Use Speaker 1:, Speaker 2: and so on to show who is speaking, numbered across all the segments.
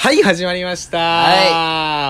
Speaker 1: はい、始まりました。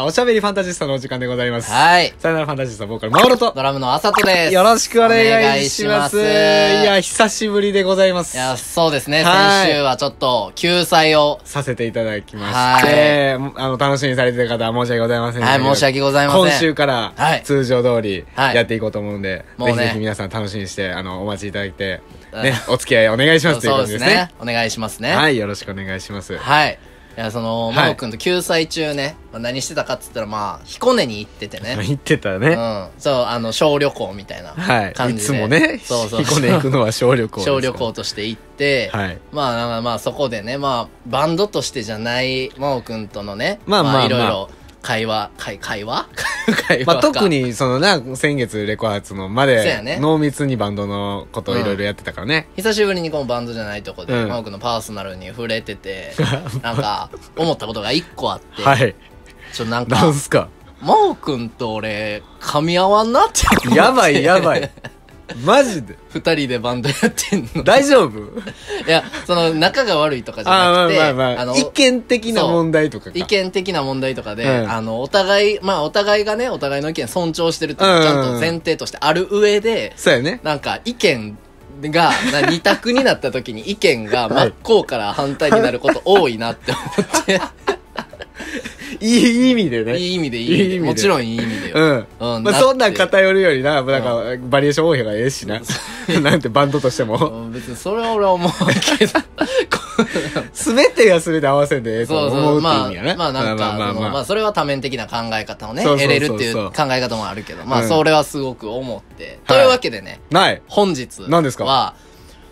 Speaker 2: は
Speaker 1: おしゃべりファンタジスタのお時間でございます。
Speaker 2: はい。
Speaker 1: さよならファンタジスタ、ボーカル、マオロと、
Speaker 2: ドラムのあさとです。
Speaker 1: よろしくお願いします。い
Speaker 2: お願いします
Speaker 1: や、久しぶりでございます。
Speaker 2: いや、そうですね。
Speaker 1: はい
Speaker 2: 先週はちょっと、救済を、
Speaker 1: させていただきまして、あの、楽しみにされてる方は申し訳ございませんけ
Speaker 2: は
Speaker 1: れ
Speaker 2: い、
Speaker 1: ど。
Speaker 2: 申し訳ございません。
Speaker 1: 今週から
Speaker 2: はい
Speaker 1: 通常通り
Speaker 2: はい
Speaker 1: やっていこうと思うんで、
Speaker 2: もうね
Speaker 1: ぜひぜひ皆さん楽しみにして、あの、お待ちいただいて、
Speaker 2: うん
Speaker 1: ね、お付き合いお願いしますという
Speaker 2: そう
Speaker 1: 感
Speaker 2: で
Speaker 1: じ
Speaker 2: す
Speaker 1: です
Speaker 2: ね
Speaker 1: ね。。
Speaker 2: お願いしますね。。
Speaker 1: はいい、よろしくお願いします。
Speaker 2: はい。いや、その、
Speaker 1: い
Speaker 2: マオ君と救済中ね、まあ何してたかっつったら、まあ、彦根に行っててね。
Speaker 1: 言ってた
Speaker 2: う
Speaker 1: ね。
Speaker 2: ん。そう、あの、小旅行みたいな
Speaker 1: はい。
Speaker 2: 感
Speaker 1: い
Speaker 2: じ
Speaker 1: つ
Speaker 2: で。
Speaker 1: もね、
Speaker 2: そうそう。
Speaker 1: 彦根行くのは小旅行ですから
Speaker 2: 小旅行として行って、
Speaker 1: はい。
Speaker 2: まあまあまあそこでね、まあバンドとしてじゃない真央君とのね、
Speaker 1: まあまあまあ
Speaker 2: いろいろ会話、会会話 会話か
Speaker 1: まあ、特に、そのな、先月レコ発のま
Speaker 2: そうや
Speaker 1: で、
Speaker 2: ね
Speaker 1: 濃密にバンドのことをいろいろやってたからね。
Speaker 2: 久しぶりにこのバンドじゃないとこで、
Speaker 1: うん
Speaker 2: 真央君のパーソナルに触れてて、なんか思ったことが一個あって、
Speaker 1: はい。
Speaker 2: ちょっとなんか
Speaker 1: なんすか。
Speaker 2: 真央君と俺噛み合わんなって思って
Speaker 1: やばいやばい。マジで。
Speaker 2: 二人でバンドやってんの。
Speaker 1: 大丈夫
Speaker 2: いや、その仲が悪いとかじゃ
Speaker 1: あ
Speaker 2: な
Speaker 1: あ、
Speaker 2: くて、
Speaker 1: まあまあま
Speaker 2: の
Speaker 1: あ。意見的な問題とかか。
Speaker 2: 意見的な問題とかで、
Speaker 1: うん
Speaker 2: あの、お互い、まあ、お互いがね、お互いの意見尊重してるっていうの
Speaker 1: うん
Speaker 2: がちゃんと前提としてある上で、
Speaker 1: そうやね。
Speaker 2: なんか、意見が、な二択になった 時に意見が真
Speaker 1: はい
Speaker 2: っ向から反対になること多いなって思 って、
Speaker 1: いい意味で
Speaker 2: い
Speaker 1: ね。
Speaker 2: い意味でいい
Speaker 1: いい意味で
Speaker 2: 意味で。もちろんいい意味で
Speaker 1: う
Speaker 2: よ。
Speaker 1: ん。
Speaker 2: うん
Speaker 1: まあ、
Speaker 2: だって
Speaker 1: そんなん偏るよりな、なんか、バリエーション多い方がええしな。なんて、バンドとして
Speaker 2: う
Speaker 1: も。
Speaker 2: ん別にそれは俺は思う けど、こう
Speaker 1: すべてがすべて合わせてええと
Speaker 2: そう
Speaker 1: 思
Speaker 2: そうう、
Speaker 1: っていう意
Speaker 2: ま
Speaker 1: 味やね。
Speaker 2: あ、まあなんか、そのまあそれは多面的な考え方をね、
Speaker 1: そうそうそうそう
Speaker 2: 得れるっていう考え方もあるけど、まあ
Speaker 1: うん
Speaker 2: それはすごく思って。というわけでね、
Speaker 1: ない。
Speaker 2: 本日
Speaker 1: 何ですか
Speaker 2: は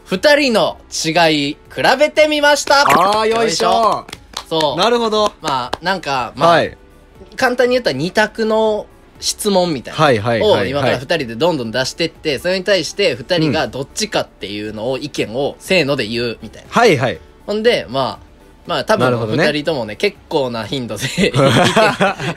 Speaker 2: 二人の違い比べてみました
Speaker 1: ああ、よいしょ。
Speaker 2: そう
Speaker 1: なるほど。
Speaker 2: まあなんかまあ、
Speaker 1: はい。
Speaker 2: 簡単に言ったら二択の質問みたいな、
Speaker 1: はいはいはい
Speaker 2: を今か
Speaker 1: は
Speaker 2: ら
Speaker 1: い
Speaker 2: 二人でどんどん出してってそれに対して二人がどっちかっていうのを意見をせーので言うみたいな、
Speaker 1: はいはい。
Speaker 2: ほんでまあまあ多
Speaker 1: なるほ
Speaker 2: 分
Speaker 1: どね
Speaker 2: 二人ともね結構な頻度で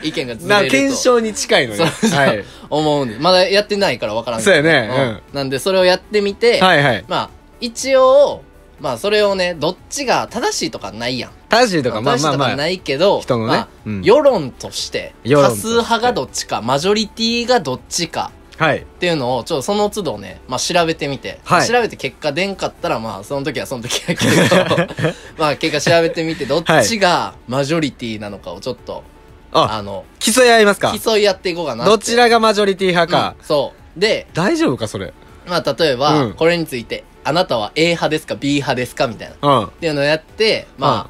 Speaker 2: 意見意見がず
Speaker 1: な
Speaker 2: れると
Speaker 1: 検証に近いのね。
Speaker 2: そうそう
Speaker 1: はい。
Speaker 2: 思うんでまだやってないから分からんけど
Speaker 1: そうやね
Speaker 2: うんなんでそれをやってみて、
Speaker 1: はいはい。
Speaker 2: まあ、一応、まあ、それをね、どっちが正しいとかないやん。
Speaker 1: タジとか、まあ
Speaker 2: 正しい
Speaker 1: まあ
Speaker 2: とか
Speaker 1: ま
Speaker 2: な
Speaker 1: あ。
Speaker 2: いけど、
Speaker 1: 人のね
Speaker 2: まあ
Speaker 1: うん
Speaker 2: 世論として、
Speaker 1: 世論
Speaker 2: 多
Speaker 1: として
Speaker 2: 数派がどっちか、マジョリティがどっちか
Speaker 1: はい。
Speaker 2: っていうのを、ちょっとその都度ね、まあ、調べてみて、
Speaker 1: はい
Speaker 2: 調べて結果出んかったら、まあ、その時は その時 やけど、まあ、結果調べてみて、どっちがマジョリティなのかをちょっと、
Speaker 1: あ、
Speaker 2: あの、
Speaker 1: 競い合いますか。
Speaker 2: 競い合っていこうかなって。
Speaker 1: どちらがマジョリティ派か
Speaker 2: うん。そう。で、
Speaker 1: 大丈夫か、それ。
Speaker 2: まあ、例えば、
Speaker 1: うん
Speaker 2: これについて、あなたは A 派ですか ?B 派ですかみたいな。
Speaker 1: うん。
Speaker 2: っていうのをやって、
Speaker 1: うん
Speaker 2: まあ、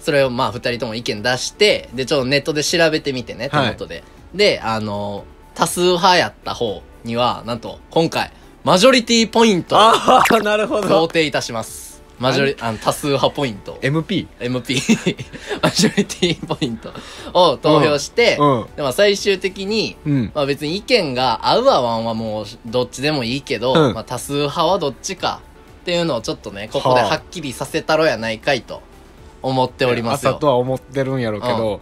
Speaker 2: それをまあ二人とも意見出して、で、ちょっとネットで調べてみてね、手
Speaker 1: はい
Speaker 2: 元で。で、あの、多数派やった方には、なんと、今回、マジョリティポイントを
Speaker 1: ああ、なるほ
Speaker 2: 贈
Speaker 1: ど。
Speaker 2: 呈いたします。マジョリ、あの、多数派ポイント。
Speaker 1: MP?
Speaker 2: MP、マ ジョリティポイントを投票して、
Speaker 1: うんうん
Speaker 2: でまあ最終的に、
Speaker 1: うん。
Speaker 2: まあ別に意見が合う合わんはもうどっちでもいいけど、
Speaker 1: うん
Speaker 2: まあ多数派はどっちかっていうのをちょっとね、ここではっきりさせたろやないかいと思っております
Speaker 1: 朝
Speaker 2: よ
Speaker 1: と。は思ってるんやろうけど、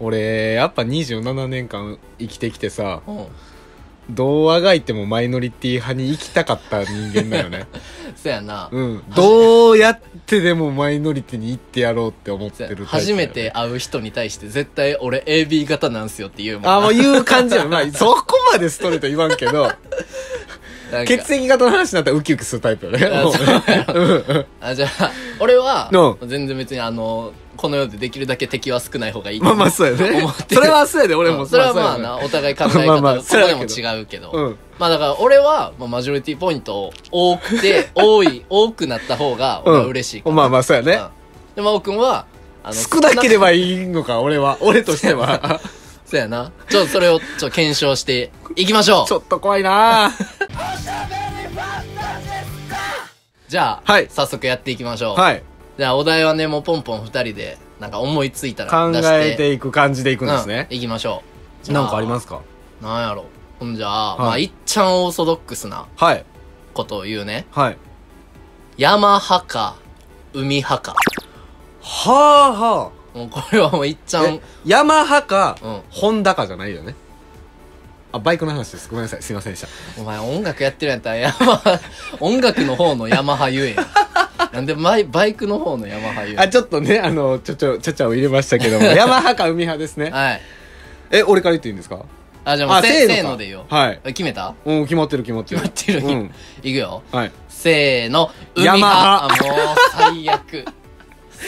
Speaker 1: 俺、やっぱ27年間生きてきてさ、
Speaker 2: うん、
Speaker 1: どうあがいてもマイノリティ派に生きたかった人間だよね。
Speaker 2: そやな。
Speaker 1: うん。どうやってでもマイノリティに行ってやろうって思って
Speaker 2: そや
Speaker 1: るタイプだよね。
Speaker 2: 初めて会う人に対して絶対俺 AB 型なんすよって言うもんな。
Speaker 1: あ、もう言う感じやろ。まあ、 そこまでストレート言わんけど、
Speaker 2: なんか
Speaker 1: 血液型の話になったらウキウキするタイプよね。
Speaker 2: あ
Speaker 1: もうね
Speaker 2: あ、じゃあ、俺は
Speaker 1: う、
Speaker 2: 全然別にあの、この世でできるだけ敵は少ない方がいいと
Speaker 1: まあ
Speaker 2: 思
Speaker 1: ま
Speaker 2: う。
Speaker 1: あ、そうやね
Speaker 2: 思っ。てる
Speaker 1: それはそうやで、俺
Speaker 2: う
Speaker 1: も。
Speaker 2: んそれはまあ
Speaker 1: そうや
Speaker 2: な、
Speaker 1: ね
Speaker 2: お互い考え方
Speaker 1: ま
Speaker 2: が
Speaker 1: あまあ
Speaker 2: ここでも
Speaker 1: そ
Speaker 2: 違うけど。
Speaker 1: うん。
Speaker 2: まあだから俺は、まあ、マジョリティポイントを多 くて、多い、多くなった方が俺は嬉しいかな
Speaker 1: まあまあ、そうやね。
Speaker 2: うんで、真央くんは、あ
Speaker 1: 少なけれ
Speaker 2: ば。
Speaker 1: ばいいのか、俺は。俺として は。
Speaker 2: そうやな。ちょっとそれを、ちょっと検証していきましょ
Speaker 1: ち
Speaker 2: う
Speaker 1: ょっと怖いな
Speaker 2: じゃあ、
Speaker 1: はい
Speaker 2: 早速やっていきましょう。
Speaker 1: はい。
Speaker 2: じゃあお題はね、もうポンポン二人で、なんか思いついたら
Speaker 1: 考
Speaker 2: 出して。
Speaker 1: えていく感じでいくんですね
Speaker 2: う。んいきましょう。じゃ
Speaker 1: なんかありますか
Speaker 2: なんやろ。ほんじゃあ、
Speaker 1: い
Speaker 2: まあ、いっちゃんオーソドックスな
Speaker 1: はい。
Speaker 2: ことを言うね。
Speaker 1: はい。
Speaker 2: 山派か、海派か。
Speaker 1: はあは
Speaker 2: もうこれはもういっちゃ
Speaker 1: あ。え
Speaker 2: ん、
Speaker 1: ヤマハか
Speaker 2: うん、
Speaker 1: ホンダかじゃないよね。あバイクの話ですごめんなさいすいませんでした
Speaker 2: お前音楽やってるんやったらヤマハ 音楽の方のヤマハ言えよなんでマイバイクの方のヤマハ言え
Speaker 1: あちょっとねあのちょちょちゃちゃを入れました けどもヤマハか海派ですね
Speaker 2: はい
Speaker 1: え俺から言っていいんですか
Speaker 2: あじゃあもう
Speaker 1: あ
Speaker 2: せ
Speaker 1: せーのか
Speaker 2: せーのでいいよ
Speaker 1: はい
Speaker 2: 決めた
Speaker 1: うん決まってる決まってる
Speaker 2: 決まって
Speaker 1: う
Speaker 2: る
Speaker 1: ん
Speaker 2: いくよ
Speaker 1: はい
Speaker 2: せーの
Speaker 1: ヤマハ
Speaker 2: 海派あもう最悪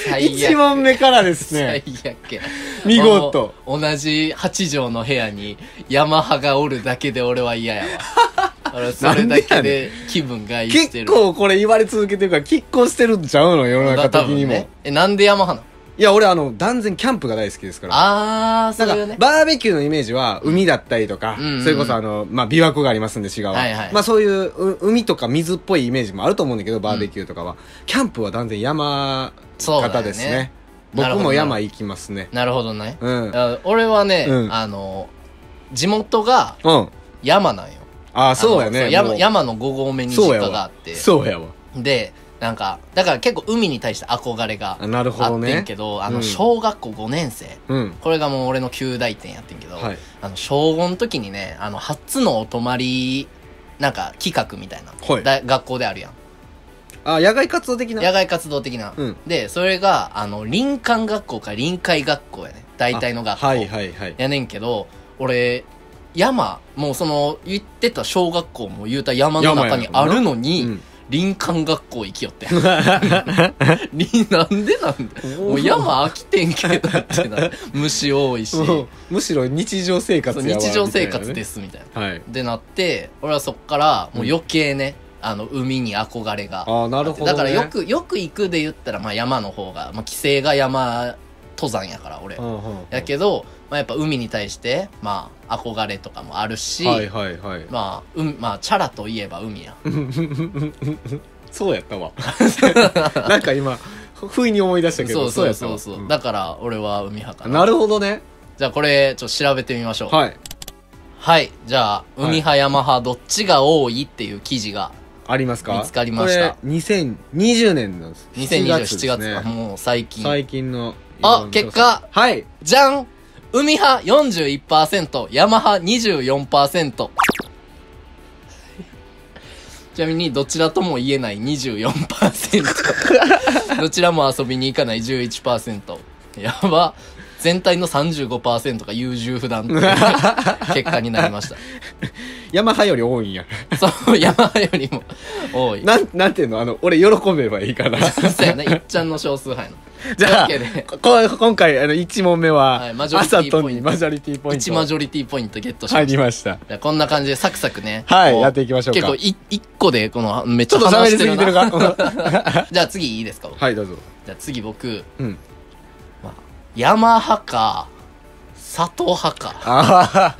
Speaker 2: 最悪
Speaker 1: 1問目からですね
Speaker 2: 最悪や
Speaker 1: 見事
Speaker 2: もう同じ8畳の部屋にヤマハがおるだけで俺は嫌や わ俺それだけで気分がいいし
Speaker 1: 結
Speaker 2: てる
Speaker 1: 構これ言われ続けてるから拮抗してるんちゃうの世の中的にも、
Speaker 2: ね、えなんでヤマハなの
Speaker 1: いや俺あの断然キャンプが大好きですから
Speaker 2: あーそ
Speaker 1: な
Speaker 2: うんいう
Speaker 1: か、
Speaker 2: ね
Speaker 1: バーベキューのイメージは、海だったりとか、
Speaker 2: うんうんうん
Speaker 1: それこそあの、まあ、琵琶湖がありますんで、滋賀は。
Speaker 2: はいはい
Speaker 1: まあ、そういうう、海とか水っぽいイメージもあると思うんだけど、バーベキューとかは。キャンプは断然山
Speaker 2: そうだよね
Speaker 1: 方ですね。
Speaker 2: なるほ
Speaker 1: 僕
Speaker 2: ど
Speaker 1: も山行きますね。
Speaker 2: なるほどね、
Speaker 1: うん。うん。
Speaker 2: あ俺はね、
Speaker 1: うん
Speaker 2: あの地元が
Speaker 1: あ
Speaker 2: 山なんよ
Speaker 1: あ、そうや
Speaker 2: あの
Speaker 1: ね。も
Speaker 2: 山
Speaker 1: う
Speaker 2: 山の5合目に実
Speaker 1: そうや
Speaker 2: 家があ
Speaker 1: わ
Speaker 2: って。
Speaker 1: そうやわ。
Speaker 2: でなんかだから結構海に対して憧れが
Speaker 1: あなるほ
Speaker 2: あ
Speaker 1: ど
Speaker 2: っ
Speaker 1: ね
Speaker 2: てんけどあの
Speaker 1: うん
Speaker 2: 小学校5年生、
Speaker 1: うん。
Speaker 2: これがもう俺の旧大点やってんけど、
Speaker 1: はい。
Speaker 2: あの小5の時にねあの初のお泊まりなんか企画みたいな、
Speaker 1: はい
Speaker 2: だ学校であるやん
Speaker 1: あ、野外活動的
Speaker 2: 野
Speaker 1: な。
Speaker 2: 外活動的な、
Speaker 1: うん
Speaker 2: でそれがあの林間学校か臨海学校やね大体の学校、
Speaker 1: はいはいはい。
Speaker 2: やねんけど俺山もうその言ってた小学校も言うたら山の中にあるのに、
Speaker 1: うん
Speaker 2: 林間学校行きよって 林なんでなんだ もう山飽きてんけどってな虫多い し
Speaker 1: もうむしろ日常生活
Speaker 2: そう
Speaker 1: やわ。
Speaker 2: 日常生活ですすみたいな。
Speaker 1: はい。
Speaker 2: でなって俺はそっからもう余計ね、あの海に憧れが
Speaker 1: ああ、なるほどね。
Speaker 2: だからよくよく行くで言ったらまあ山の方が、まあ、帰省が山登山やから俺。
Speaker 1: うんうんうん、
Speaker 2: やけど、まあ、やっぱ海に対してまあ憧れとかもあるし、
Speaker 1: はいはいはい。
Speaker 2: まあ、うん、まあチャラといえば海や
Speaker 1: そうやったわ。 なんか今、ふ不意に思い出したけ
Speaker 2: そ
Speaker 1: ど、
Speaker 2: うそうそうそう
Speaker 1: やったわ
Speaker 2: だから俺は海派
Speaker 1: う
Speaker 2: か
Speaker 1: ん
Speaker 2: な
Speaker 1: なるほどね。
Speaker 2: じゃあこれちょっと調べてみましょうはい、
Speaker 1: はい。
Speaker 2: じゃあ海派山派どっちが多いっていう記事が
Speaker 1: ありますか
Speaker 2: 見つかりました
Speaker 1: これ、2020年なんです。
Speaker 2: 2027月
Speaker 1: ですね
Speaker 2: かもう最近
Speaker 1: 最近の。
Speaker 2: あ結果
Speaker 1: はい。
Speaker 2: じゃん海派41%、山派24%。ちなみに、どちらとも言えない24%。ど ちらも遊びに行かない11%。やば。全体の35%が優柔不断という 結果になりまし
Speaker 1: 山派より多いんや。
Speaker 2: た。そう、山派よりも多い。
Speaker 1: なん、なんていうのあの、俺喜べばいいから。
Speaker 2: そうやね。いっちゃんの少数派や
Speaker 1: じゃあ
Speaker 2: というわけで、
Speaker 1: ここ今回、あの、1問目は、
Speaker 2: はいマジョリテ
Speaker 1: 朝
Speaker 2: ィポイント
Speaker 1: とにマジョリティポ
Speaker 2: な。
Speaker 1: イン
Speaker 2: 1
Speaker 1: ト。
Speaker 2: マジョリティポイントゲットしま
Speaker 1: 入
Speaker 2: し
Speaker 1: りました。
Speaker 2: た。こんな感じでサクサクね。
Speaker 1: はい、
Speaker 2: こう
Speaker 1: やっていきましょう
Speaker 2: 結構
Speaker 1: か。
Speaker 2: い一個でこのめっち
Speaker 1: ちょ
Speaker 2: ゃ
Speaker 1: っと喋
Speaker 2: 話
Speaker 1: り
Speaker 2: して
Speaker 1: す
Speaker 2: る
Speaker 1: ぎて
Speaker 2: な
Speaker 1: る か
Speaker 2: じゃあ次いいですか、
Speaker 1: はい、どうぞ。
Speaker 2: じゃあ次僕、
Speaker 1: うん。
Speaker 2: 山派か、佐藤派か。
Speaker 1: あ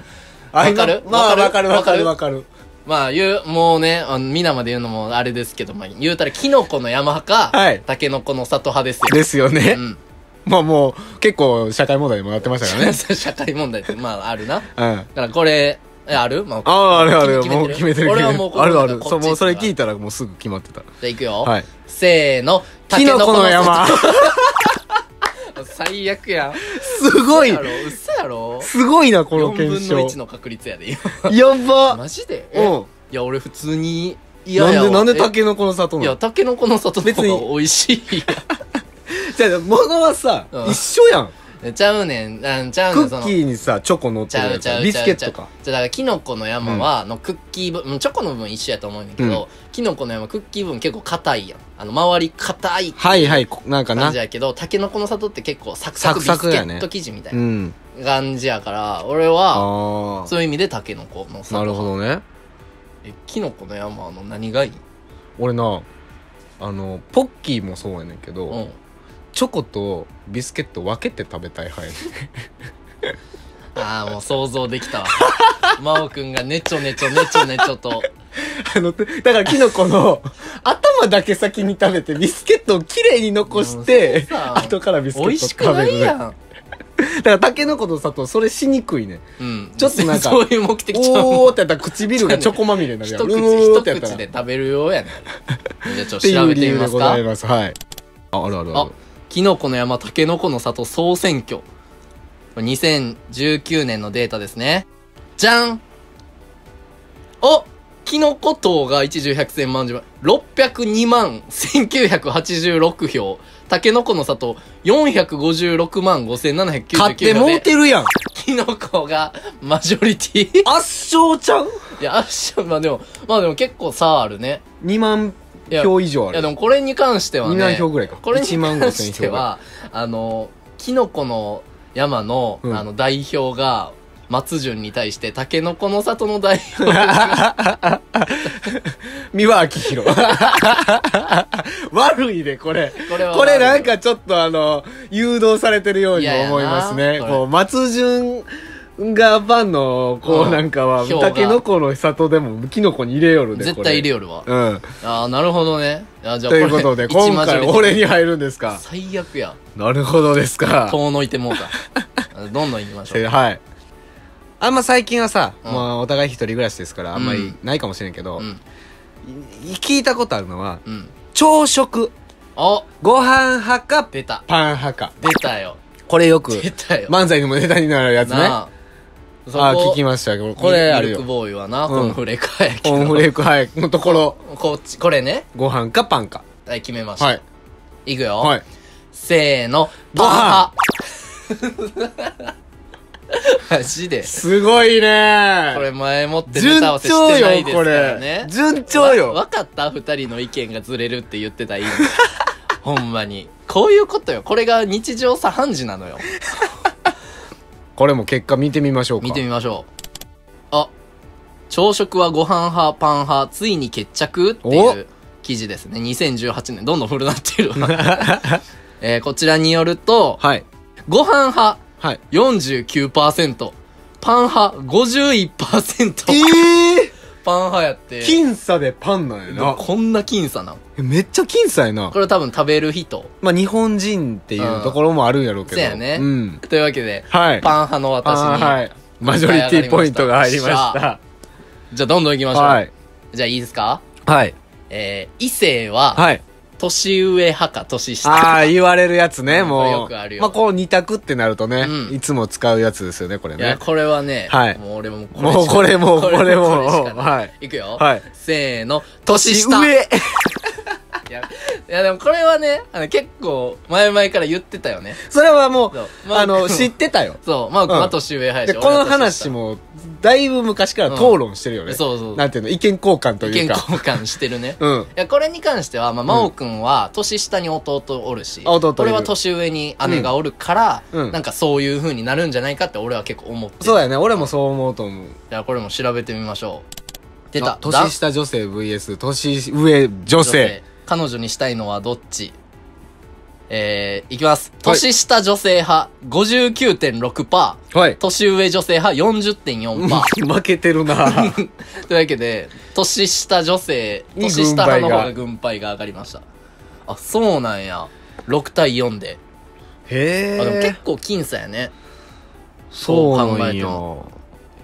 Speaker 1: あ。
Speaker 2: わかる
Speaker 1: 今まあ、わ
Speaker 2: わか
Speaker 1: か
Speaker 2: る
Speaker 1: るわかるわかる。
Speaker 2: まあ言う、もうね、あの皆まで言うのもあれですけど、まあ言うたらキノコの山派か、
Speaker 1: はい
Speaker 2: タケノコの佐藤派ですよ。
Speaker 1: ですよね
Speaker 2: う。ん。
Speaker 1: まあもう、結構社会問題にもなってましたからね。
Speaker 2: 社会問題って、まああるな。だ
Speaker 1: うん。
Speaker 2: からこれ、えあるまあ、
Speaker 1: ああ、あるある。
Speaker 2: 決めてる
Speaker 1: もう決めてる。
Speaker 2: 俺はもう
Speaker 1: 決めてるあるあ
Speaker 2: こ
Speaker 1: る。
Speaker 2: っち
Speaker 1: そう、もうそれ
Speaker 2: 行くか
Speaker 1: 聞いたらもうすぐ決まってた。
Speaker 2: じゃあいくよ。
Speaker 1: はい。
Speaker 2: せーの、
Speaker 1: キノコの山。
Speaker 2: タケノコの佐藤最悪やん。
Speaker 1: すごい
Speaker 2: 嘘や、ろ嘘やろ
Speaker 1: すごいな、この
Speaker 2: 4
Speaker 1: 検
Speaker 2: 分の
Speaker 1: 証。
Speaker 2: 1の確率やで、
Speaker 1: やば
Speaker 2: マジでえ
Speaker 1: うん。
Speaker 2: いや、俺普通に、い
Speaker 1: なんで、なんでタ
Speaker 2: たけ
Speaker 1: ケノコの里
Speaker 2: い
Speaker 1: な
Speaker 2: や、
Speaker 1: の
Speaker 2: タケノコの里の
Speaker 1: 別
Speaker 2: 方
Speaker 1: に
Speaker 2: が美味しい。
Speaker 1: じゃあ、ものはさ
Speaker 2: うん、
Speaker 1: 一緒やん。
Speaker 2: ちゃうねん、なんちゃう
Speaker 1: ク
Speaker 2: ねん、そ
Speaker 1: ッ
Speaker 2: の。
Speaker 1: キーにさ、チョコ乗っ
Speaker 2: ち
Speaker 1: てる
Speaker 2: ゃう
Speaker 1: やつ
Speaker 2: ちゃ。う
Speaker 1: ビ
Speaker 2: ちゃ
Speaker 1: ス
Speaker 2: う
Speaker 1: ケ
Speaker 2: ちゃう
Speaker 1: ットか。
Speaker 2: じゃあだからキノコの山は、のクッキー分うんチョコの分一緒やと思うんだけど、キノコの山クッキー分結構硬いやんあの周り硬い
Speaker 1: はいはい、こなんか
Speaker 2: 感
Speaker 1: な
Speaker 2: じ。やけどタケノコの里って結構サクサクビ
Speaker 1: サ
Speaker 2: ス
Speaker 1: クサク
Speaker 2: ケ
Speaker 1: やね。
Speaker 2: ット生地みたいうなん感じやから俺は
Speaker 1: あ
Speaker 2: そういう意味でタケノコの
Speaker 1: あ。なる
Speaker 2: 里
Speaker 1: ほどね。
Speaker 2: えキノコの山の何がいい
Speaker 1: 俺な、あの、ポッキーもそうやねんけど、
Speaker 2: うん
Speaker 1: チョコとビスケット分けて食べたい派やね
Speaker 2: ああもう想像できたわ 真央くんがねちょねちょねちょねちょと
Speaker 1: あの、だからキノコの頭だけ先に食べてビスケットをきれいに残して、
Speaker 2: うんそうさ
Speaker 1: 後からビスケッ
Speaker 2: 美
Speaker 1: ト
Speaker 2: 味しくないやん。
Speaker 1: だからタケノコと砂糖それしにくいね。
Speaker 2: うん。
Speaker 1: ちょっとなんか
Speaker 2: そういう目的ちゃうもん。
Speaker 1: おーってやったら唇がチョコまみれになる
Speaker 2: 一
Speaker 1: やん。
Speaker 2: 口、
Speaker 1: うー
Speaker 2: 一
Speaker 1: ってやった
Speaker 2: 口
Speaker 1: ら。
Speaker 2: で
Speaker 1: っ
Speaker 2: 食べるようやね ん。じゃあちょってと
Speaker 1: い
Speaker 2: 調
Speaker 1: う
Speaker 2: べ
Speaker 1: 理
Speaker 2: てみ
Speaker 1: 由
Speaker 2: ま
Speaker 1: ですござ
Speaker 2: か
Speaker 1: い。ます。はい。あ、あるあるあ
Speaker 2: あ
Speaker 1: る。、
Speaker 2: キノコの山、タケノコの里総選挙。これ2019年のデータですね。じゃんおキノコ糖が一重百千万十万602万1986票タケノコの里456万5799票
Speaker 1: 買ってもうてるやん。
Speaker 2: キノコがマジョリティ
Speaker 1: 圧勝ちゃう
Speaker 2: いやあっしょまあでもまあでも結構差あるね
Speaker 1: ?2 万票以上あ
Speaker 2: いや
Speaker 1: る。
Speaker 2: でもこれに関してはね
Speaker 1: 2万票ぐらいか。
Speaker 2: これに
Speaker 1: 1万5
Speaker 2: 関
Speaker 1: 千票
Speaker 2: し
Speaker 1: ぐ
Speaker 2: て
Speaker 1: らい。
Speaker 2: はあのキノコの山の,、
Speaker 1: うん
Speaker 2: あの代表が松潤に対してタケノコの里の代表
Speaker 1: 三輪明宏。悪いね、これ。
Speaker 2: これは
Speaker 1: これなんかちょっとあの、誘導されてるように
Speaker 2: いやいやな
Speaker 1: 思いますね。
Speaker 2: これ
Speaker 1: こう、松潤がファンの子
Speaker 2: うん
Speaker 1: なんかは、
Speaker 2: 票が
Speaker 1: タケノコの里でもキノコに入れよるで、
Speaker 2: 絶対入れ
Speaker 1: よ
Speaker 2: よるわ
Speaker 1: る。うん。
Speaker 2: ああなるほどねあじゃあ
Speaker 1: ということで、
Speaker 2: これ一
Speaker 1: 今
Speaker 2: マジョ
Speaker 1: 回
Speaker 2: リティ
Speaker 1: 俺に入るんですか。
Speaker 2: 最悪や
Speaker 1: なるほどですか。
Speaker 2: 遠のいてもうた あどんどんいきましょ
Speaker 1: え
Speaker 2: う
Speaker 1: はい。あんま最近はさ、
Speaker 2: うん
Speaker 1: まあお互い一人暮らしですから、あんまりないかもしれんけど、
Speaker 2: うん
Speaker 1: い聞いたことあるのは、
Speaker 2: うん
Speaker 1: 朝食。
Speaker 2: あ
Speaker 1: ご飯派か、
Speaker 2: 出た
Speaker 1: パン派か。
Speaker 2: 出たよ
Speaker 1: これよく、
Speaker 2: 出た よ、
Speaker 1: 漫才にもネタになるやつね。あ
Speaker 2: なあそこ
Speaker 1: あ、聞きましたけど、これある
Speaker 2: ミルク
Speaker 1: よ。
Speaker 2: ボーイはな、
Speaker 1: ん
Speaker 2: コーンフレかやけ
Speaker 1: コ
Speaker 2: ど
Speaker 1: ーンフレーク、はい、のところ、
Speaker 2: こっちこれね
Speaker 1: ご飯かパンか。
Speaker 2: はい決めました、
Speaker 1: はい。
Speaker 2: い、くよ、
Speaker 1: はい。
Speaker 2: せーの、
Speaker 1: ご飯
Speaker 2: パン マジで。
Speaker 1: すごいね
Speaker 2: これ前もってネ
Speaker 1: 順
Speaker 2: タ合わせし
Speaker 1: 調
Speaker 2: てない
Speaker 1: よ、
Speaker 2: です
Speaker 1: こ
Speaker 2: から
Speaker 1: れ
Speaker 2: ね。。
Speaker 1: 順調
Speaker 2: わ
Speaker 1: よ。
Speaker 2: わかった二人の意見がずれるって言ってた意味。 ほんまに。こういうことよ。これが日常茶飯事なのよ。
Speaker 1: これも結果見てみましょうか。
Speaker 2: 見てみましょう。あ、朝食はご飯派、パン派、ついに決着っていう記事ですね。2018年、どんどん古なっ てるわ。えーこちらによると、
Speaker 1: はい。
Speaker 2: ご飯派、
Speaker 1: はい。
Speaker 2: 49%パン派
Speaker 1: え
Speaker 2: 51%
Speaker 1: え
Speaker 2: パン派やって
Speaker 1: ー、僅差でパンなんやな。
Speaker 2: こんな僅差なん
Speaker 1: えめっちゃ僅差やな
Speaker 2: こ。れ多分食べる人
Speaker 1: まあ、日本人っていうところもあるんやろうけど。
Speaker 2: うんそうやね
Speaker 1: うん。
Speaker 2: というわけで
Speaker 1: はい。
Speaker 2: パン派の私
Speaker 1: あ
Speaker 2: に、
Speaker 1: ーはい。マジョリティポイントが入りまし
Speaker 2: よ
Speaker 1: た。
Speaker 2: じゃあどんどんいきましょう、
Speaker 1: はい。
Speaker 2: じゃあいいですか
Speaker 1: はい。
Speaker 2: えー、異性は
Speaker 1: はい。
Speaker 2: 年上派か年下
Speaker 1: あ
Speaker 2: 派
Speaker 1: あ、言われるやつね、
Speaker 2: うんこれ
Speaker 1: も
Speaker 2: よ
Speaker 1: う。
Speaker 2: くあるよ
Speaker 1: まあ、こう二択ってなるとね、
Speaker 2: うん
Speaker 1: いつも使うやつですよね、これ
Speaker 2: いや
Speaker 1: ね。
Speaker 2: これはね、
Speaker 1: はい
Speaker 2: もう俺もこれしか
Speaker 1: もうこれもう、
Speaker 2: こ
Speaker 1: こ
Speaker 2: れ
Speaker 1: れも
Speaker 2: これしか
Speaker 1: う、
Speaker 2: ない
Speaker 1: はい。
Speaker 2: いくよ、
Speaker 1: はい
Speaker 2: せーの年下
Speaker 1: 上
Speaker 2: いやいやでもこれはねあの結構前々から言ってたよね
Speaker 1: それはもう
Speaker 2: そう、まあ
Speaker 1: あの、知ってたよ。
Speaker 2: そう、マー君
Speaker 1: うん
Speaker 2: は年上派や
Speaker 1: で、
Speaker 2: し。
Speaker 1: この話も、だいぶ昔から討論してるよね
Speaker 2: 俺は年下。そうそう。
Speaker 1: なんていうの、意見交換と
Speaker 2: 意
Speaker 1: いう
Speaker 2: 見
Speaker 1: か。
Speaker 2: 交換してるね。
Speaker 1: うん。
Speaker 2: いや、これに関しては、まあ、真央くんは、年下に弟おるし、
Speaker 1: あ弟いる
Speaker 2: 俺は年上に姉がおるから、
Speaker 1: うんうん
Speaker 2: なんかそういう風になるんじゃないかって俺は結構思ってる。
Speaker 1: そう
Speaker 2: だ
Speaker 1: だよね、俺もそう思うと思う。
Speaker 2: からこれも調べてみましょう。出
Speaker 1: あ
Speaker 2: た。
Speaker 1: 年下女性 VS 年上女
Speaker 2: 女
Speaker 1: 性。。
Speaker 2: 彼女にしたいのはどっちえー、いきます。年下女性派59.6%、
Speaker 1: はい。
Speaker 2: 年上女性派 40.4%。
Speaker 1: 負けてる な
Speaker 2: というわけで年下女性
Speaker 1: に
Speaker 2: 年下派の方が
Speaker 1: 軍
Speaker 2: 軍配が上がりましたあそうなんや6対4であ
Speaker 1: へ
Speaker 2: でも
Speaker 1: え
Speaker 2: 結構僅差やね
Speaker 1: そうなんや
Speaker 2: そ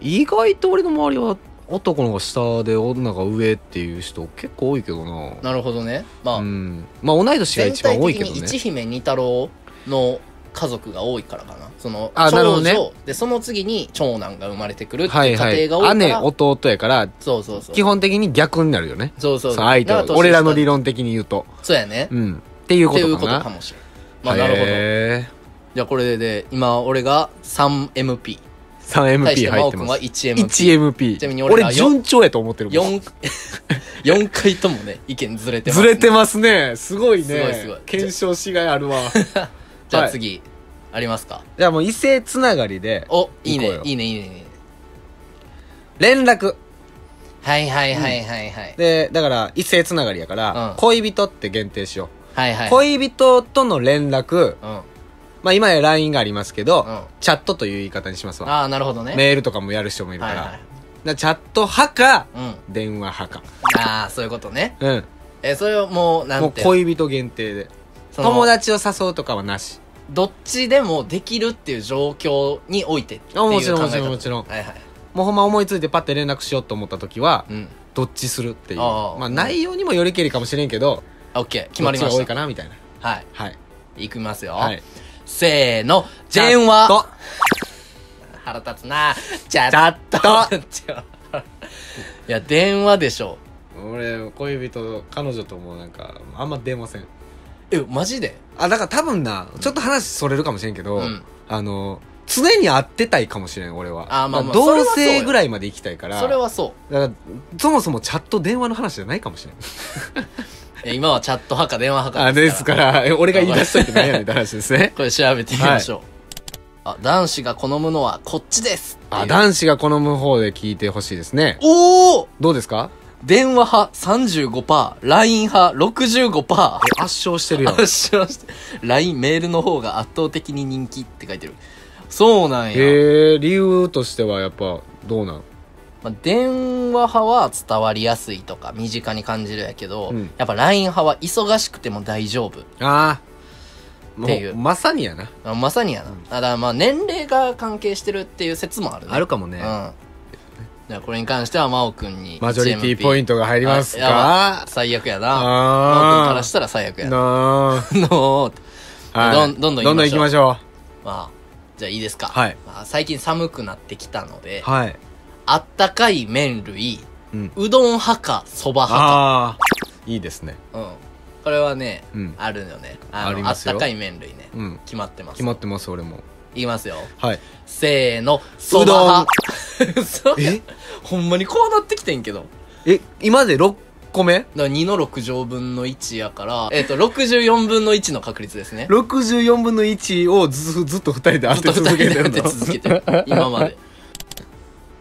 Speaker 1: 意外と俺の周りは男の方が下で女が上っていう人結構多いけどな
Speaker 2: なるほどねまあ、
Speaker 1: うんまあ同い年が
Speaker 2: 全
Speaker 1: 一番
Speaker 2: 体
Speaker 1: 多い
Speaker 2: 的
Speaker 1: けど
Speaker 2: に
Speaker 1: ね
Speaker 2: 一姫二太郎の家族が多いからかなその
Speaker 1: あなるほ
Speaker 2: 長
Speaker 1: ど
Speaker 2: 女、
Speaker 1: ね
Speaker 2: でその次に長男が生まれてくるって
Speaker 1: はい
Speaker 2: いう
Speaker 1: は
Speaker 2: 家
Speaker 1: い
Speaker 2: 庭が多いか
Speaker 1: 姉
Speaker 2: ら、
Speaker 1: 弟やから
Speaker 2: そうそうそう
Speaker 1: 基本的に逆になるよね
Speaker 2: そうそうそう
Speaker 1: そう相手は
Speaker 2: だから年下
Speaker 1: 俺らの理論的に言うと
Speaker 2: そうやね、
Speaker 1: うんっていう
Speaker 2: っ
Speaker 1: こ
Speaker 2: ていう
Speaker 1: とか
Speaker 2: こと
Speaker 1: な
Speaker 2: かもしれんまあなるほど
Speaker 1: へ
Speaker 2: じゃあこれで今俺が 3MP
Speaker 1: ー
Speaker 2: 対し
Speaker 1: 3MP
Speaker 2: て真
Speaker 1: 入って
Speaker 2: 央君
Speaker 1: ま
Speaker 2: は
Speaker 1: す
Speaker 2: 1MP
Speaker 1: 1MP
Speaker 2: ちなみに俺
Speaker 1: 俺
Speaker 2: ら
Speaker 1: 順調やと思ってるもん
Speaker 2: 四四回ともね、意見ずれてます、
Speaker 1: ず
Speaker 2: ね。
Speaker 1: れてますね。すごいね。
Speaker 2: すごいすごい
Speaker 1: 検証しがいある わ。
Speaker 2: じゃ
Speaker 1: は
Speaker 2: あ
Speaker 1: い
Speaker 2: 次、ありますか
Speaker 1: じゃあもう異性つながりで、
Speaker 2: お、いい
Speaker 1: 行こう
Speaker 2: ね
Speaker 1: よ、
Speaker 2: いいね、いいね、いいね。
Speaker 1: 連絡。
Speaker 2: はいはいはいはいはい。
Speaker 1: で、だから異性つながりやから、
Speaker 2: うん
Speaker 1: 恋人って限定しよ。
Speaker 2: はいうはい。
Speaker 1: 恋人との連絡、
Speaker 2: うん。うん。
Speaker 1: まあ今や LINE がありますけど、
Speaker 2: あ
Speaker 1: チャットという言い方にしますわ。
Speaker 2: あー、なるほどね。
Speaker 1: メールとかもやる人もいるか
Speaker 2: は
Speaker 1: ら。
Speaker 2: いはい。
Speaker 1: だからチャット派か、
Speaker 2: うん。
Speaker 1: 電話派か。
Speaker 2: ああ、そういうことね。
Speaker 1: うん。
Speaker 2: え、それをもう、な
Speaker 1: も
Speaker 2: ん
Speaker 1: う
Speaker 2: て。
Speaker 1: 恋人限定で。
Speaker 2: その
Speaker 1: 友。達を誘うとかはなし。
Speaker 2: どっちでもできるっていう状況においてっていう
Speaker 1: あもちろん
Speaker 2: 考え
Speaker 1: もちろんもちろ
Speaker 2: 方
Speaker 1: ん
Speaker 2: はいはい。
Speaker 1: もうほんま思いついてパッて連絡しようと思った時は、
Speaker 2: うん。
Speaker 1: どっちするっていう。
Speaker 2: ああ
Speaker 1: まあ内容にもよりけりかもしれんけど、
Speaker 2: オッケー、決まりま
Speaker 1: どっちが多
Speaker 2: し
Speaker 1: いか
Speaker 2: た。
Speaker 1: なみたいな。
Speaker 2: はい。
Speaker 1: はい。
Speaker 2: いきますよ。
Speaker 1: はい。
Speaker 2: せーの、電話。
Speaker 1: と、
Speaker 2: 腹立つなチャ
Speaker 1: チャット
Speaker 2: ット いや、電話でしょ。
Speaker 1: 俺恋人彼女ともなんかあんま出ません
Speaker 2: え、マジで
Speaker 1: あだから多分なちょっと話それるかもしれんけど、
Speaker 2: うん。
Speaker 1: あの常に会ってたいかもしれん俺は
Speaker 2: あまあまあそれ
Speaker 1: 同
Speaker 2: はそう
Speaker 1: 性
Speaker 2: よ
Speaker 1: ぐらいまで行きたいから
Speaker 2: それはそ
Speaker 1: だからそもそもチャット電話の話じゃないかもしれん
Speaker 2: う。いや今はチャット派か電話派
Speaker 1: あ
Speaker 2: か。
Speaker 1: ですからら え俺が言い出しといてないやねんって話ですね
Speaker 2: これ調べてみましょう。あ、男子が好むのはこっちですっていう。
Speaker 1: あ男子が好む方で聞いてほしいですね
Speaker 2: おお
Speaker 1: どうですか
Speaker 2: 電話派 35%LINE 派65%
Speaker 1: え圧勝してるやん
Speaker 2: 圧勝して LINE メールの方が圧倒的に人気って書いてるそうなんや、
Speaker 1: へえ理由としてはやっぱどうなん
Speaker 2: まあ、電話派は伝わりやすいとか身近に感じるやけど、
Speaker 1: うん
Speaker 2: やっぱ LINE 派は忙しくても大丈夫
Speaker 1: ああ
Speaker 2: っていう
Speaker 1: まさにやな
Speaker 2: あまさにやな、ただまあ年齢が関係してるっていう説もあるね
Speaker 1: あるかも
Speaker 2: う
Speaker 1: ね
Speaker 2: んじゃあこれに関しては真央くんに
Speaker 1: マジョリティポイ
Speaker 2: ン
Speaker 1: ントが入ります
Speaker 2: あや
Speaker 1: か
Speaker 2: 最悪や
Speaker 1: あ
Speaker 2: な真央くん
Speaker 1: あ
Speaker 2: からしたら最悪やな
Speaker 1: なあ
Speaker 2: の
Speaker 1: はい
Speaker 2: どんどんどん行きましょう
Speaker 1: どんどん行きましょ
Speaker 2: まあ、じゃあいいですか。
Speaker 1: はい
Speaker 2: まあ、最近寒くなってきたので
Speaker 1: う、はい
Speaker 2: あったかい麺類、
Speaker 1: うん
Speaker 2: うどん派か、そば派
Speaker 1: ああいいですね
Speaker 2: か。うん。これはね、
Speaker 1: うん
Speaker 2: あるよね。あの
Speaker 1: ありますよ
Speaker 2: ったかい麺類ね。
Speaker 1: うん
Speaker 2: 決まってます。
Speaker 1: 決まってます俺も
Speaker 2: いきますよ。
Speaker 1: はい
Speaker 2: せーの、そば派。 そうや
Speaker 1: え
Speaker 2: ほんまにこうなってきてんけど。
Speaker 1: え今まで6個目
Speaker 2: だから2の6乗分の1やから、えっ、と、64分の1の確率ですね。
Speaker 1: 64分の1をずずっと2人で当
Speaker 2: ずってと
Speaker 1: 続
Speaker 2: 続
Speaker 1: け
Speaker 2: け
Speaker 1: て
Speaker 2: て
Speaker 1: る
Speaker 2: る
Speaker 1: の
Speaker 2: 続けてる今まで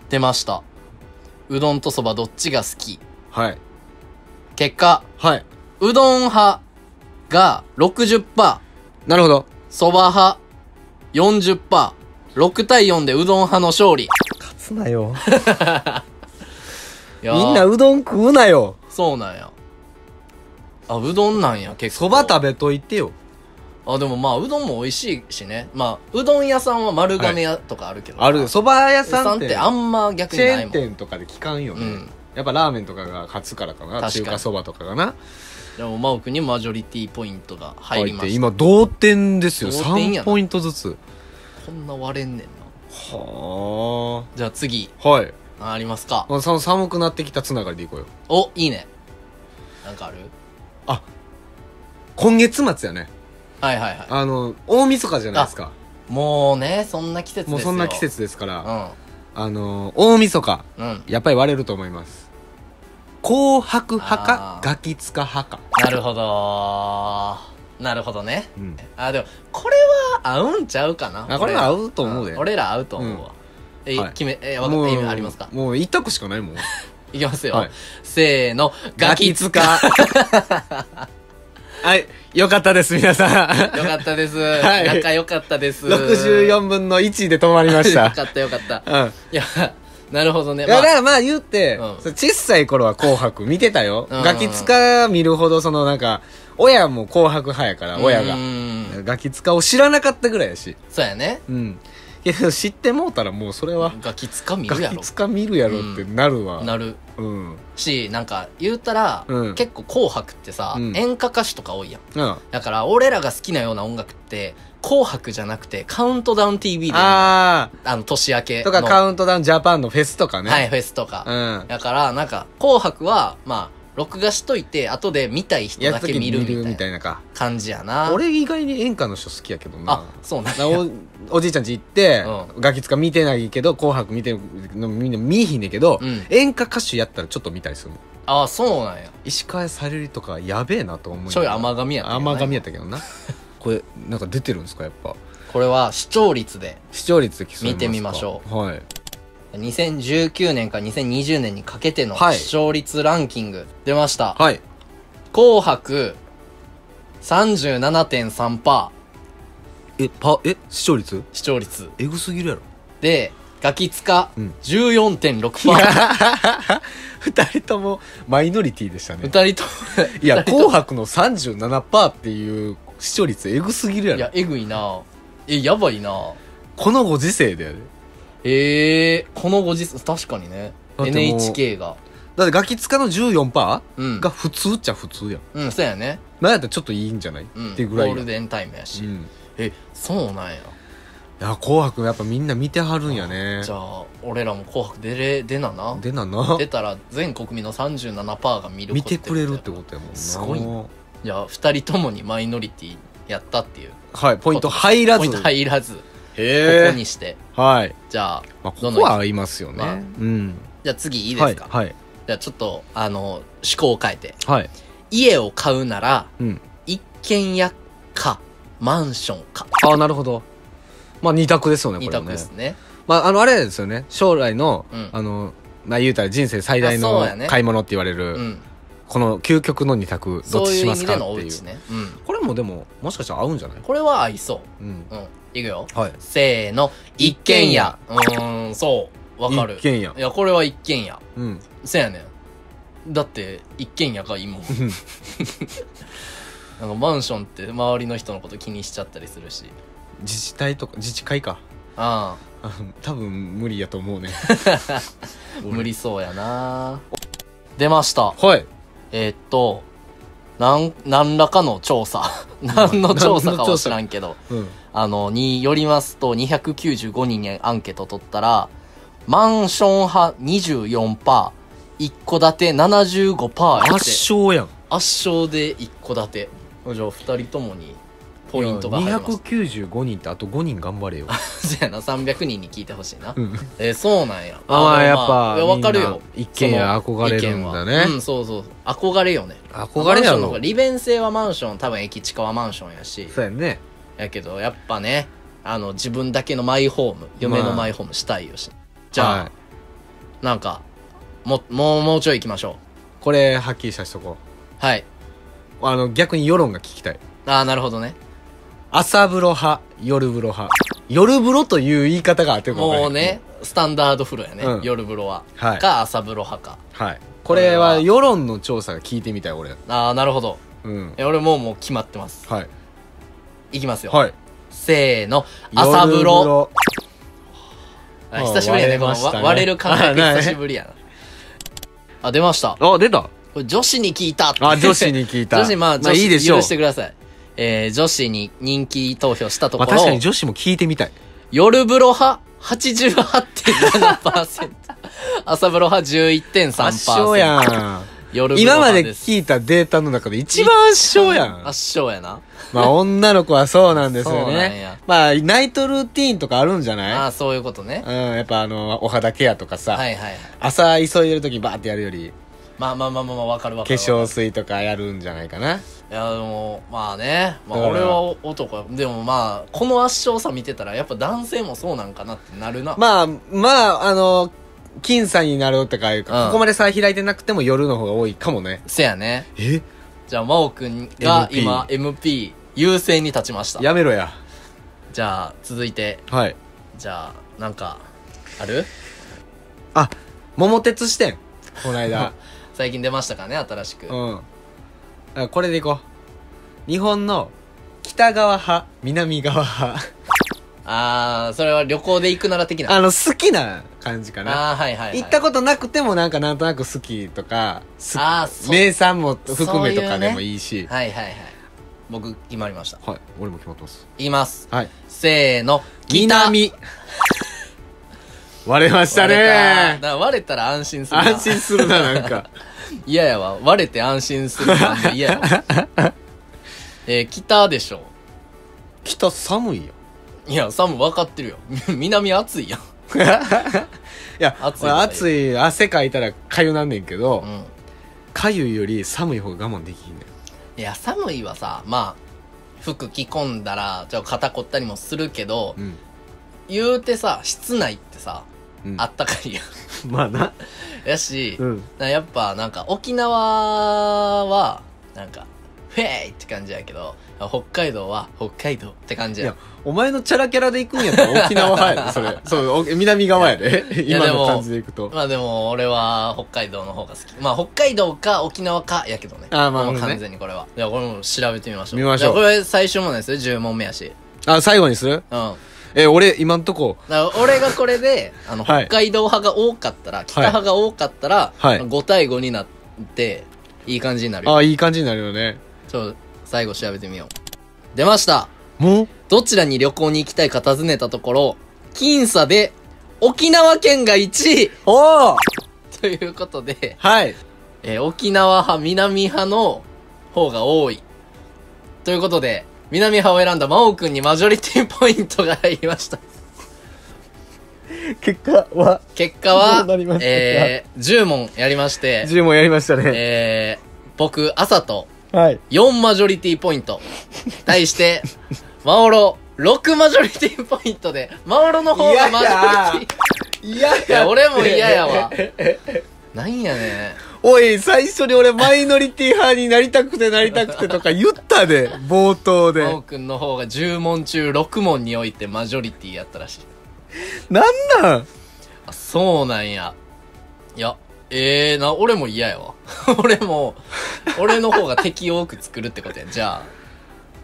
Speaker 2: 出ましたうどんとそばどっちが好き
Speaker 1: はい
Speaker 2: 結果
Speaker 1: はい。
Speaker 2: うどん派が60%
Speaker 1: なるほど。
Speaker 2: そば派 40%6 対4でうどん派の勝利
Speaker 1: 勝つなよ。
Speaker 2: いやー
Speaker 1: みんなうどん食うなよ。
Speaker 2: そうなんやあうどんなんや結構
Speaker 1: そば食べといてよ。
Speaker 2: あでもまあうどんも美味しいしねまあうどん屋さんは丸亀屋とかあるけど、
Speaker 1: ある、
Speaker 2: そ
Speaker 1: そば屋
Speaker 2: ば屋
Speaker 1: さ
Speaker 2: さ
Speaker 1: ん
Speaker 2: ん
Speaker 1: っ。
Speaker 2: っててあんま逆
Speaker 1: チ
Speaker 2: に
Speaker 1: ェ
Speaker 2: な
Speaker 1: ー
Speaker 2: い
Speaker 1: ン
Speaker 2: もん
Speaker 1: 店とかで聞かんよね、
Speaker 2: うん
Speaker 1: やっぱラーメンとかが勝つからかな
Speaker 2: 確かに
Speaker 1: 中華そばとかがな
Speaker 2: でも真央君にマジョリティポイントが入りま
Speaker 1: 入っ
Speaker 2: してた
Speaker 1: 今同点ですよ
Speaker 2: 同点や
Speaker 1: 3
Speaker 2: な
Speaker 1: ポイントずつ
Speaker 2: こんな割れんねんな
Speaker 1: は
Speaker 2: じゃあ次
Speaker 1: あはい
Speaker 2: あありますか
Speaker 1: あさ寒くなってきたつながりでいこうよ
Speaker 2: おいいねなんかある
Speaker 1: 今月末やね
Speaker 2: はいはいは
Speaker 1: あの大晦日じゃないですか
Speaker 2: いもうねそんな季節ですよ
Speaker 1: もうそんな季節ですか
Speaker 2: う
Speaker 1: ら、
Speaker 2: ん
Speaker 1: あの大晦日
Speaker 2: うん
Speaker 1: やっぱり割れると思います紅白派か
Speaker 2: あー
Speaker 1: ガキ使派か
Speaker 2: なるほどなるほどね
Speaker 1: うん
Speaker 2: あでもこれは合うんちゃうかな
Speaker 1: あこれは合うと思うで
Speaker 2: ん俺ら合うと思うわ、え、
Speaker 1: はい
Speaker 2: 決めえわか
Speaker 1: も
Speaker 2: っ
Speaker 1: う
Speaker 2: 意味ありますか
Speaker 1: もう一択しかないもん
Speaker 2: いきますよ、
Speaker 1: はい
Speaker 2: せーのガキ 使よ
Speaker 1: はいよかったです皆さん
Speaker 2: かったです、
Speaker 1: はい
Speaker 2: 仲良かったです
Speaker 1: 64分の1で止まりまし
Speaker 2: よ
Speaker 1: た。
Speaker 2: かったよかった
Speaker 1: うん。いや、
Speaker 2: いやなるほどね、
Speaker 1: だか
Speaker 2: まあ
Speaker 1: らまあ言って、
Speaker 2: うん
Speaker 1: そう小さい頃は紅白見てたよ。
Speaker 2: うん
Speaker 1: ガキツカ見るほどそのなんか、親も紅白派やから、親
Speaker 2: う
Speaker 1: が。
Speaker 2: ん
Speaker 1: ガキツカを知らなかったぐらいやし。
Speaker 2: そうやね
Speaker 1: うん。けど知ってもうたらもうそれは、
Speaker 2: ガキつかみ
Speaker 1: ガ
Speaker 2: るや
Speaker 1: キ
Speaker 2: ろ
Speaker 1: ツカ見るやろってなるわ。
Speaker 2: なる
Speaker 1: うん。うん。
Speaker 2: しなんか言うたら、
Speaker 1: うん
Speaker 2: 結構「紅白」ってさ、
Speaker 1: うん
Speaker 2: 演歌歌手とか多いやん
Speaker 1: あ
Speaker 2: だから俺らが好きなような音楽って「紅白」じゃなくて「カウントダウン TV で」あ
Speaker 1: あ
Speaker 2: の年明け
Speaker 1: ー。
Speaker 2: の
Speaker 1: とかカウントダウンジャパンのフェスとかね。
Speaker 2: はいフェスとか、
Speaker 1: うん。
Speaker 2: だからなんか「紅白」はまあ録画しといて後で見たい人
Speaker 1: や
Speaker 2: だ
Speaker 1: った
Speaker 2: け
Speaker 1: 時に
Speaker 2: 見
Speaker 1: 見
Speaker 2: る
Speaker 1: る
Speaker 2: み
Speaker 1: み
Speaker 2: た
Speaker 1: た
Speaker 2: いない
Speaker 1: なか。
Speaker 2: 感じやな
Speaker 1: 俺意外に演歌の人好きやけどな。
Speaker 2: あそうなん
Speaker 1: な
Speaker 2: や
Speaker 1: おおじいちゃん家行って、
Speaker 2: う
Speaker 1: ガキ使見てないけど「紅白」見てるのみんな見えひんねんけど、
Speaker 2: うん
Speaker 1: 演歌歌手やったらちょっと見たりするの
Speaker 2: あそうなんや
Speaker 1: 石川さゆりとかやべえなと思う
Speaker 2: ちょい甘噛みやったけどね
Speaker 1: 甘噛みやったけどなこれなんか出てるんですかやっぱ
Speaker 2: これは視聴率で
Speaker 1: 視聴率競いますか
Speaker 2: 見てみましょ
Speaker 1: うはい
Speaker 2: 2019年から2020年にかけての
Speaker 1: はい
Speaker 2: 視聴率ランキング、出ました
Speaker 1: はい
Speaker 2: 紅白37.3%
Speaker 1: えパえ視聴率
Speaker 2: 視聴率
Speaker 1: エグすぎるやろ
Speaker 2: でガキツカ
Speaker 1: うん
Speaker 2: 14.6%、
Speaker 1: 二人ともマイノリティでしたね
Speaker 2: 二 人とも
Speaker 1: いや「紅白」の37%っていう視聴率エグすぎるや
Speaker 2: い
Speaker 1: ろ
Speaker 2: やえぐいなえやばいな
Speaker 1: このご時世だよね
Speaker 2: ええこのご時世確かにね
Speaker 1: だってもう
Speaker 2: NHK が
Speaker 1: だってガキ使の 14%?
Speaker 2: うん
Speaker 1: が普通っちゃ普通やん。
Speaker 2: うんそうやね
Speaker 1: なんやったらちょっといいんじゃない、
Speaker 2: うん
Speaker 1: っていうぐらい
Speaker 2: ゴ
Speaker 1: や
Speaker 2: ールデンタイムやし、
Speaker 1: うん
Speaker 2: えそうなんや
Speaker 1: や紅白やっぱみんな見てはるんやね
Speaker 2: じゃあ俺らも「紅白出れ」出なな
Speaker 1: でなな
Speaker 2: 出たら全国民の37%が見る
Speaker 1: 見てくれるって
Speaker 2: こ
Speaker 1: ことやもんな
Speaker 2: すごいなとじゃあ2人ともにマイノリティやったっていう
Speaker 1: はいポイント入ら
Speaker 2: ポイ
Speaker 1: ず
Speaker 2: ント入らずこ
Speaker 1: へえ
Speaker 2: こにして
Speaker 1: はい、
Speaker 2: じゃあ
Speaker 1: まあ、
Speaker 2: ど
Speaker 1: こ
Speaker 2: の
Speaker 1: こは合いますよね、
Speaker 2: まあ
Speaker 1: うん
Speaker 2: じゃあ次いいですか、
Speaker 1: はいはい
Speaker 2: じゃあちょっとあの思考を変えて
Speaker 1: はい
Speaker 2: 家を買うなら、
Speaker 1: うん
Speaker 2: 一軒家かマンションか
Speaker 1: ああなるほどまあ二択ですよねこ
Speaker 2: 二
Speaker 1: れは
Speaker 2: 択
Speaker 1: ね
Speaker 2: ですね
Speaker 1: まああのあれですよね将来の、
Speaker 2: うん
Speaker 1: あのまあ言うたら人生最大
Speaker 2: あそう
Speaker 1: の
Speaker 2: やね
Speaker 1: 買い物って言われる、
Speaker 2: うん
Speaker 1: この究極の二択どっ
Speaker 2: そう
Speaker 1: ち
Speaker 2: い
Speaker 1: し
Speaker 2: う意
Speaker 1: ます
Speaker 2: 味
Speaker 1: か
Speaker 2: で
Speaker 1: っ
Speaker 2: のお
Speaker 1: ていう
Speaker 2: 家ね、うん、
Speaker 1: これもでももしかしたら合うんじゃない
Speaker 2: これは合いそ
Speaker 1: うん
Speaker 2: ううんいくよ
Speaker 1: はい
Speaker 2: せーの一軒家うーんそうわかる
Speaker 1: 一軒家
Speaker 2: いやこれは一軒家
Speaker 1: うん
Speaker 2: せやねんだって一軒家がいい もんなんかマンションって周りの人のこと気にしちゃったりするし
Speaker 1: 自治体とか自治会か
Speaker 2: あ
Speaker 1: あ多分無理やと思うね
Speaker 2: あ無理そうやな出ました
Speaker 1: はい
Speaker 2: えーっとなん何らかの調査何の調査
Speaker 1: 何
Speaker 2: か
Speaker 1: の調
Speaker 2: は
Speaker 1: 査
Speaker 2: 知らんけど
Speaker 1: うん
Speaker 2: あのによりますと295人にアンケート取ったらマンション派24%一戸建て75%やって
Speaker 1: 圧勝やん
Speaker 2: 圧勝で一戸建てじゃあ2人ともにポイントが入ります
Speaker 1: 295人ってあと5人頑張れよ、
Speaker 2: そうやな300人に聞いてほしいな、
Speaker 1: うん、
Speaker 2: えーそうなんや
Speaker 1: あまあやっ
Speaker 2: いや
Speaker 1: ぱ
Speaker 2: わかるよ
Speaker 1: みんな一軒家
Speaker 2: その
Speaker 1: 憧れるんだ
Speaker 2: 意見は
Speaker 1: ね
Speaker 2: うんそうそう憧れよね
Speaker 1: 憧れや
Speaker 2: マンションの方
Speaker 1: ろ
Speaker 2: が利便性はマンション多分駅近はマンションやし
Speaker 1: そうやんね
Speaker 2: やけどやっぱねあの自分だけのマイホーム夢のマイホームしたいよし、じゃあ、
Speaker 1: はい
Speaker 2: なんかももうもうちょい行きましょ
Speaker 1: これはっきりさせとこ
Speaker 2: うはいう
Speaker 1: あの逆に世論が聞きたい
Speaker 2: ああなるほどね
Speaker 1: 朝風呂派夜風呂派夜風呂という言い方があってるか分からへん
Speaker 2: もうねスタンダード風呂やね、
Speaker 1: うん
Speaker 2: 夜風呂は、
Speaker 1: はい
Speaker 2: か朝風呂派か
Speaker 1: はいこれは世論の調査が聞いてみたい俺
Speaker 2: ああなるほど
Speaker 1: うん
Speaker 2: え俺もうもう決まってます
Speaker 1: はい
Speaker 2: いきますよ、
Speaker 1: はい
Speaker 2: せーの朝風呂あ久しぶりやね
Speaker 1: あ割れましたね
Speaker 2: このわ割れる感覚
Speaker 1: あない
Speaker 2: 久しぶりやなあ出ました
Speaker 1: あ出た
Speaker 2: これ女子に聞いたって
Speaker 1: あ女子に聞いた
Speaker 2: 女子まあ女子
Speaker 1: いいでしょう
Speaker 2: 許してくださいえー、女子に人気投票したと
Speaker 1: ま
Speaker 2: こ
Speaker 1: あ確か
Speaker 2: ろ
Speaker 1: に女子も聞いてみたい
Speaker 2: 夜風呂派88.7%朝風呂派
Speaker 1: 圧勝や
Speaker 2: 11.3%
Speaker 1: ん
Speaker 2: 夜風呂
Speaker 1: 今ま
Speaker 2: 派
Speaker 1: で
Speaker 2: です
Speaker 1: 聞いたデータの中で一番圧勝やん
Speaker 2: 圧勝やな
Speaker 1: まあ女の子はそうなんですよ
Speaker 2: そうなん
Speaker 1: ね
Speaker 2: や
Speaker 1: まあナイトルーティーンとかあるんじゃ
Speaker 2: あ
Speaker 1: な
Speaker 2: あそういうことね
Speaker 1: いうんやっぱあのお肌ケアとかさ
Speaker 2: はいはいはい
Speaker 1: 朝急いでる時バーってやるより
Speaker 2: まあまあまあまあまあわかるわ
Speaker 1: 化
Speaker 2: かるわかる
Speaker 1: 粧水とかやるんじゃないかない
Speaker 2: やでもまあね、まあ、
Speaker 1: うん
Speaker 2: 俺は男やでもまあこの圧勝さ見てたらやっぱ男性もそうなんかなってなるな、
Speaker 1: まあまああの僅差になるとかいうか、
Speaker 2: うん
Speaker 1: ここまで差開いてなくても夜の方が多いかもね
Speaker 2: せやね
Speaker 1: え
Speaker 2: じゃあ真央くんが
Speaker 1: MP
Speaker 2: 今 MP 優勢に立ちました
Speaker 1: やめろや
Speaker 2: じゃあ続いて
Speaker 1: はい
Speaker 2: じゃあなんかある
Speaker 1: あ桃鉄視点この 間
Speaker 2: 最近出ましたかね新しく、
Speaker 1: うんあこれでいこう日本の北側派南側派
Speaker 2: ああそれは旅行で行くなら的なあ
Speaker 1: あの好きな感じかな
Speaker 2: あーはいはい、はい、
Speaker 1: 行ったことなくてもなんかなんとなく好きとかす
Speaker 2: あーそう
Speaker 1: 名産も含めと
Speaker 2: そうい
Speaker 1: か
Speaker 2: うね
Speaker 1: でもいいし
Speaker 2: はいはいはい僕決まりました
Speaker 1: はい俺も決まってます
Speaker 2: いきます
Speaker 1: はい
Speaker 2: せーの
Speaker 1: 南割れました
Speaker 2: 割れただ
Speaker 1: ね
Speaker 2: から割れたら安心するな
Speaker 1: 安心するななん か
Speaker 2: 嫌やわ割れて安心する感 じ嫌やわえー、北でしょ
Speaker 1: 北寒いよ
Speaker 2: いや寒分かってるよ 南暑いやん
Speaker 1: いや
Speaker 2: 暑い
Speaker 1: 俺暑い汗かいたらかゆなんねんけど、
Speaker 2: うん
Speaker 1: かゆいより寒い方が我慢できんねん
Speaker 2: いや寒いはさまあ服着込んだらちょっと肩凝ったりもするけど、
Speaker 1: うん、
Speaker 2: 言うてさ室内ってさ
Speaker 1: うん、
Speaker 2: あったかいや
Speaker 1: まあな、
Speaker 2: ん やし、
Speaker 1: ん、
Speaker 2: なやっぱなんか沖縄はなんかフェーイって感じやけど北海道は北海道って感じ
Speaker 1: い
Speaker 2: や
Speaker 1: やお前のチャラキャラで行くんやったら沖縄派やでそ れそうお南側やで
Speaker 2: や
Speaker 1: 今の感じで行くと
Speaker 2: まあでも俺は北海道の方が好き。まあ北海道か沖縄かやけどね。
Speaker 1: あーまあ
Speaker 2: もう
Speaker 1: まあね
Speaker 2: 完全にこれは。いや、これも調べてみましょう。
Speaker 1: 見ましょう
Speaker 2: いやこれ最終問題ですよ、10問目やし。うん。
Speaker 1: あ最後にする
Speaker 2: だか
Speaker 1: え俺今んとこ
Speaker 2: ら俺がこれ で、あの、
Speaker 1: はい
Speaker 2: 北海道派が多かったら、北派が多かったら、
Speaker 1: はい
Speaker 2: 5対5になって、いい感じになるよ。
Speaker 1: あいい感じになるよね
Speaker 2: ちょ、最後調べてみよう。出ました
Speaker 1: もう
Speaker 2: どちらに旅行に行きたいか尋ねたところ、僅差で沖縄県が1位
Speaker 1: おお
Speaker 2: ということで、
Speaker 1: はい。
Speaker 2: えー沖縄派、南派の方が多い。ということで、南派を選んだ真央くんにマジョリティポイントが入りました。
Speaker 1: 結果は、
Speaker 2: 結果
Speaker 1: ど
Speaker 2: は
Speaker 1: うなりまし、たか
Speaker 2: えー、10問やりまして、
Speaker 1: 10問やりましたね。
Speaker 2: えー、僕、朝と
Speaker 1: はい。
Speaker 2: 4マジョリティポイント。対して、マオロ6マジョリティポイントで、マオロの方がマジョリティ。
Speaker 1: いや
Speaker 2: いや、俺も嫌やわ。なんやね
Speaker 1: おい、最初に俺マイノリティ派になりたくてなりたくてとか言ったで、冒頭で。
Speaker 2: 真央くんの方が10問中6問においてマジョリティやったらしい。
Speaker 1: なんなん
Speaker 2: あ、そうなんや。いや、ええな、俺も嫌やわ。 俺も、俺の方が敵多く作るってことや。じゃ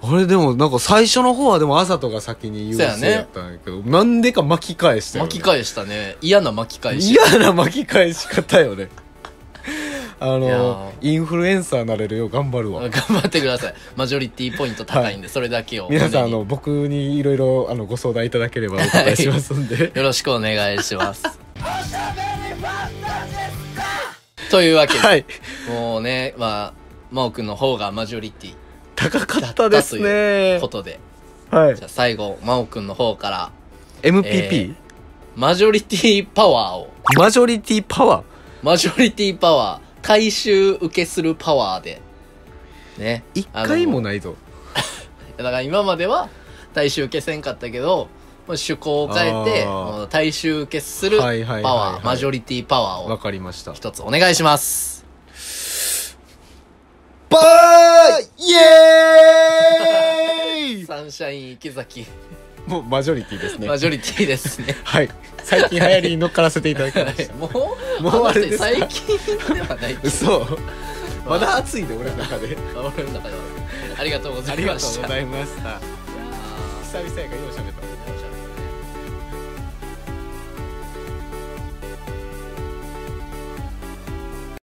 Speaker 2: あ、
Speaker 1: あれでもなんか最初の方はでも朝とか先に優勢やったんやけど、なんでか巻き返したよ、ね。
Speaker 2: 巻き返したね。嫌な巻き返し。
Speaker 1: 嫌な巻き返し方よね。あ
Speaker 2: いや
Speaker 1: の、インフルエンサーなれるよう頑張るわ
Speaker 2: 頑。張ってください。マジョリティポイント高いんで、それだけを。
Speaker 1: 皆さん、あ
Speaker 2: 胸に
Speaker 1: の、僕にいろいろ、あの、ご相談いただければお答えしますんで。
Speaker 2: よろしくお願いします。というわけで、
Speaker 1: はい。
Speaker 2: もうね、まあ、真央くんの方がマジョリティ
Speaker 1: 高かったですね
Speaker 2: こ。とで、
Speaker 1: はい
Speaker 2: じ。ゃあ最後、真央くんの方から、
Speaker 1: MPP?
Speaker 2: マジョリティパワーを、
Speaker 1: マジョリティパワー
Speaker 2: マジョリティパワー、回収受けするパワーで、ね。
Speaker 1: 一回も
Speaker 2: い。
Speaker 1: ないぞ。
Speaker 2: だから今までは大衆受けせんかったけど、もう趣向を変えて、
Speaker 1: あー
Speaker 2: もう大衆受けするパワ
Speaker 1: はいはいはいは
Speaker 2: ー、
Speaker 1: い
Speaker 2: マジョリティパワー
Speaker 1: わ
Speaker 2: を
Speaker 1: かりました。
Speaker 2: 一つお願いします。
Speaker 1: バーイエーイ
Speaker 2: サンシャイン池崎、
Speaker 1: もうマジョリティですね
Speaker 2: マ。ジョリティです ね。
Speaker 1: はい。最近流行りに乗っからせていただきま
Speaker 2: は
Speaker 1: し
Speaker 2: い
Speaker 1: た。
Speaker 2: もう、
Speaker 1: もうあれですか
Speaker 2: の人最近ではないけど、
Speaker 1: 嘘まだ熱いで、俺の中で。
Speaker 2: 俺の中では。ありがとうご
Speaker 1: あ
Speaker 2: ざい
Speaker 1: り
Speaker 2: ま
Speaker 1: がと
Speaker 2: し
Speaker 1: う
Speaker 2: た
Speaker 1: ご。ざいました。
Speaker 2: いやー
Speaker 1: 久々やからよう喋った。